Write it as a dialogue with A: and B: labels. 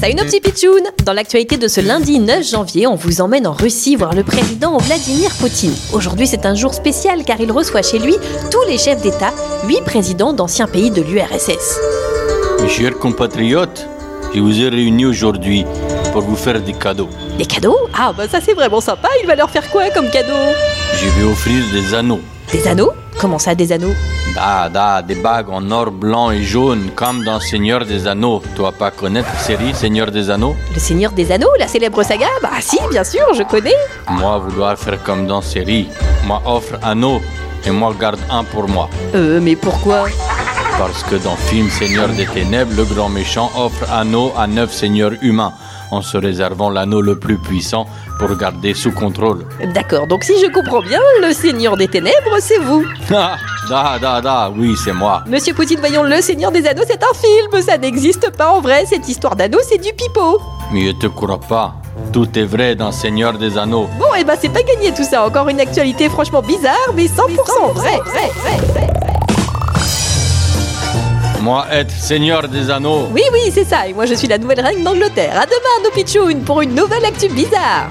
A: Salut nos petits pitchouns Dans l'actualité de ce lundi 9 janvier, on vous emmène en Russie voir le président Vladimir Poutine. Aujourd'hui, c'est un jour spécial car il reçoit chez lui tous les chefs d'État, huit présidents d'anciens pays de l'URSS.
B: Mes chers compatriotes, je vous ai réunis aujourd'hui pour vous faire des cadeaux.
A: Des cadeaux Ah bah ça c'est vraiment sympa, il va leur faire quoi comme cadeau
B: Je vais offrir des anneaux.
A: Des anneaux Comment ça des anneaux
B: Da, da, des bagues en or blanc et jaune, comme dans Seigneur des Anneaux. Tu vas pas connaître la série Seigneur des Anneaux
A: Le Seigneur des Anneaux, la célèbre saga Bah si, bien sûr, je connais
B: Moi, vouloir faire comme dans série, moi offre anneaux et moi garde un pour moi.
A: Euh, mais pourquoi
B: Parce que dans le film Seigneur des Ténèbres, le grand méchant offre anneau à neuf seigneurs humains, en se réservant l'anneau le plus puissant pour garder sous contrôle.
A: D'accord, donc si je comprends bien, le Seigneur des Ténèbres, c'est vous
B: Ah, da, da, da, oui, c'est moi.
A: Monsieur Poutine, voyons, Le Seigneur des Anneaux, c'est un film, ça n'existe pas en vrai, cette histoire d'anneaux, c'est du pipeau
B: Mais je te crois pas. Tout est vrai dans Seigneur des Anneaux.
A: Bon, et ben c'est pas gagné tout ça, encore une actualité franchement bizarre, mais 100%, vrai, vrai, vrai, vrai.
B: Moi, être Seigneur des Anneaux.
A: Oui, oui, c'est ça, et moi je suis la nouvelle reine d'Angleterre. À demain, nos pitchounes, pour une nouvelle actu bizarre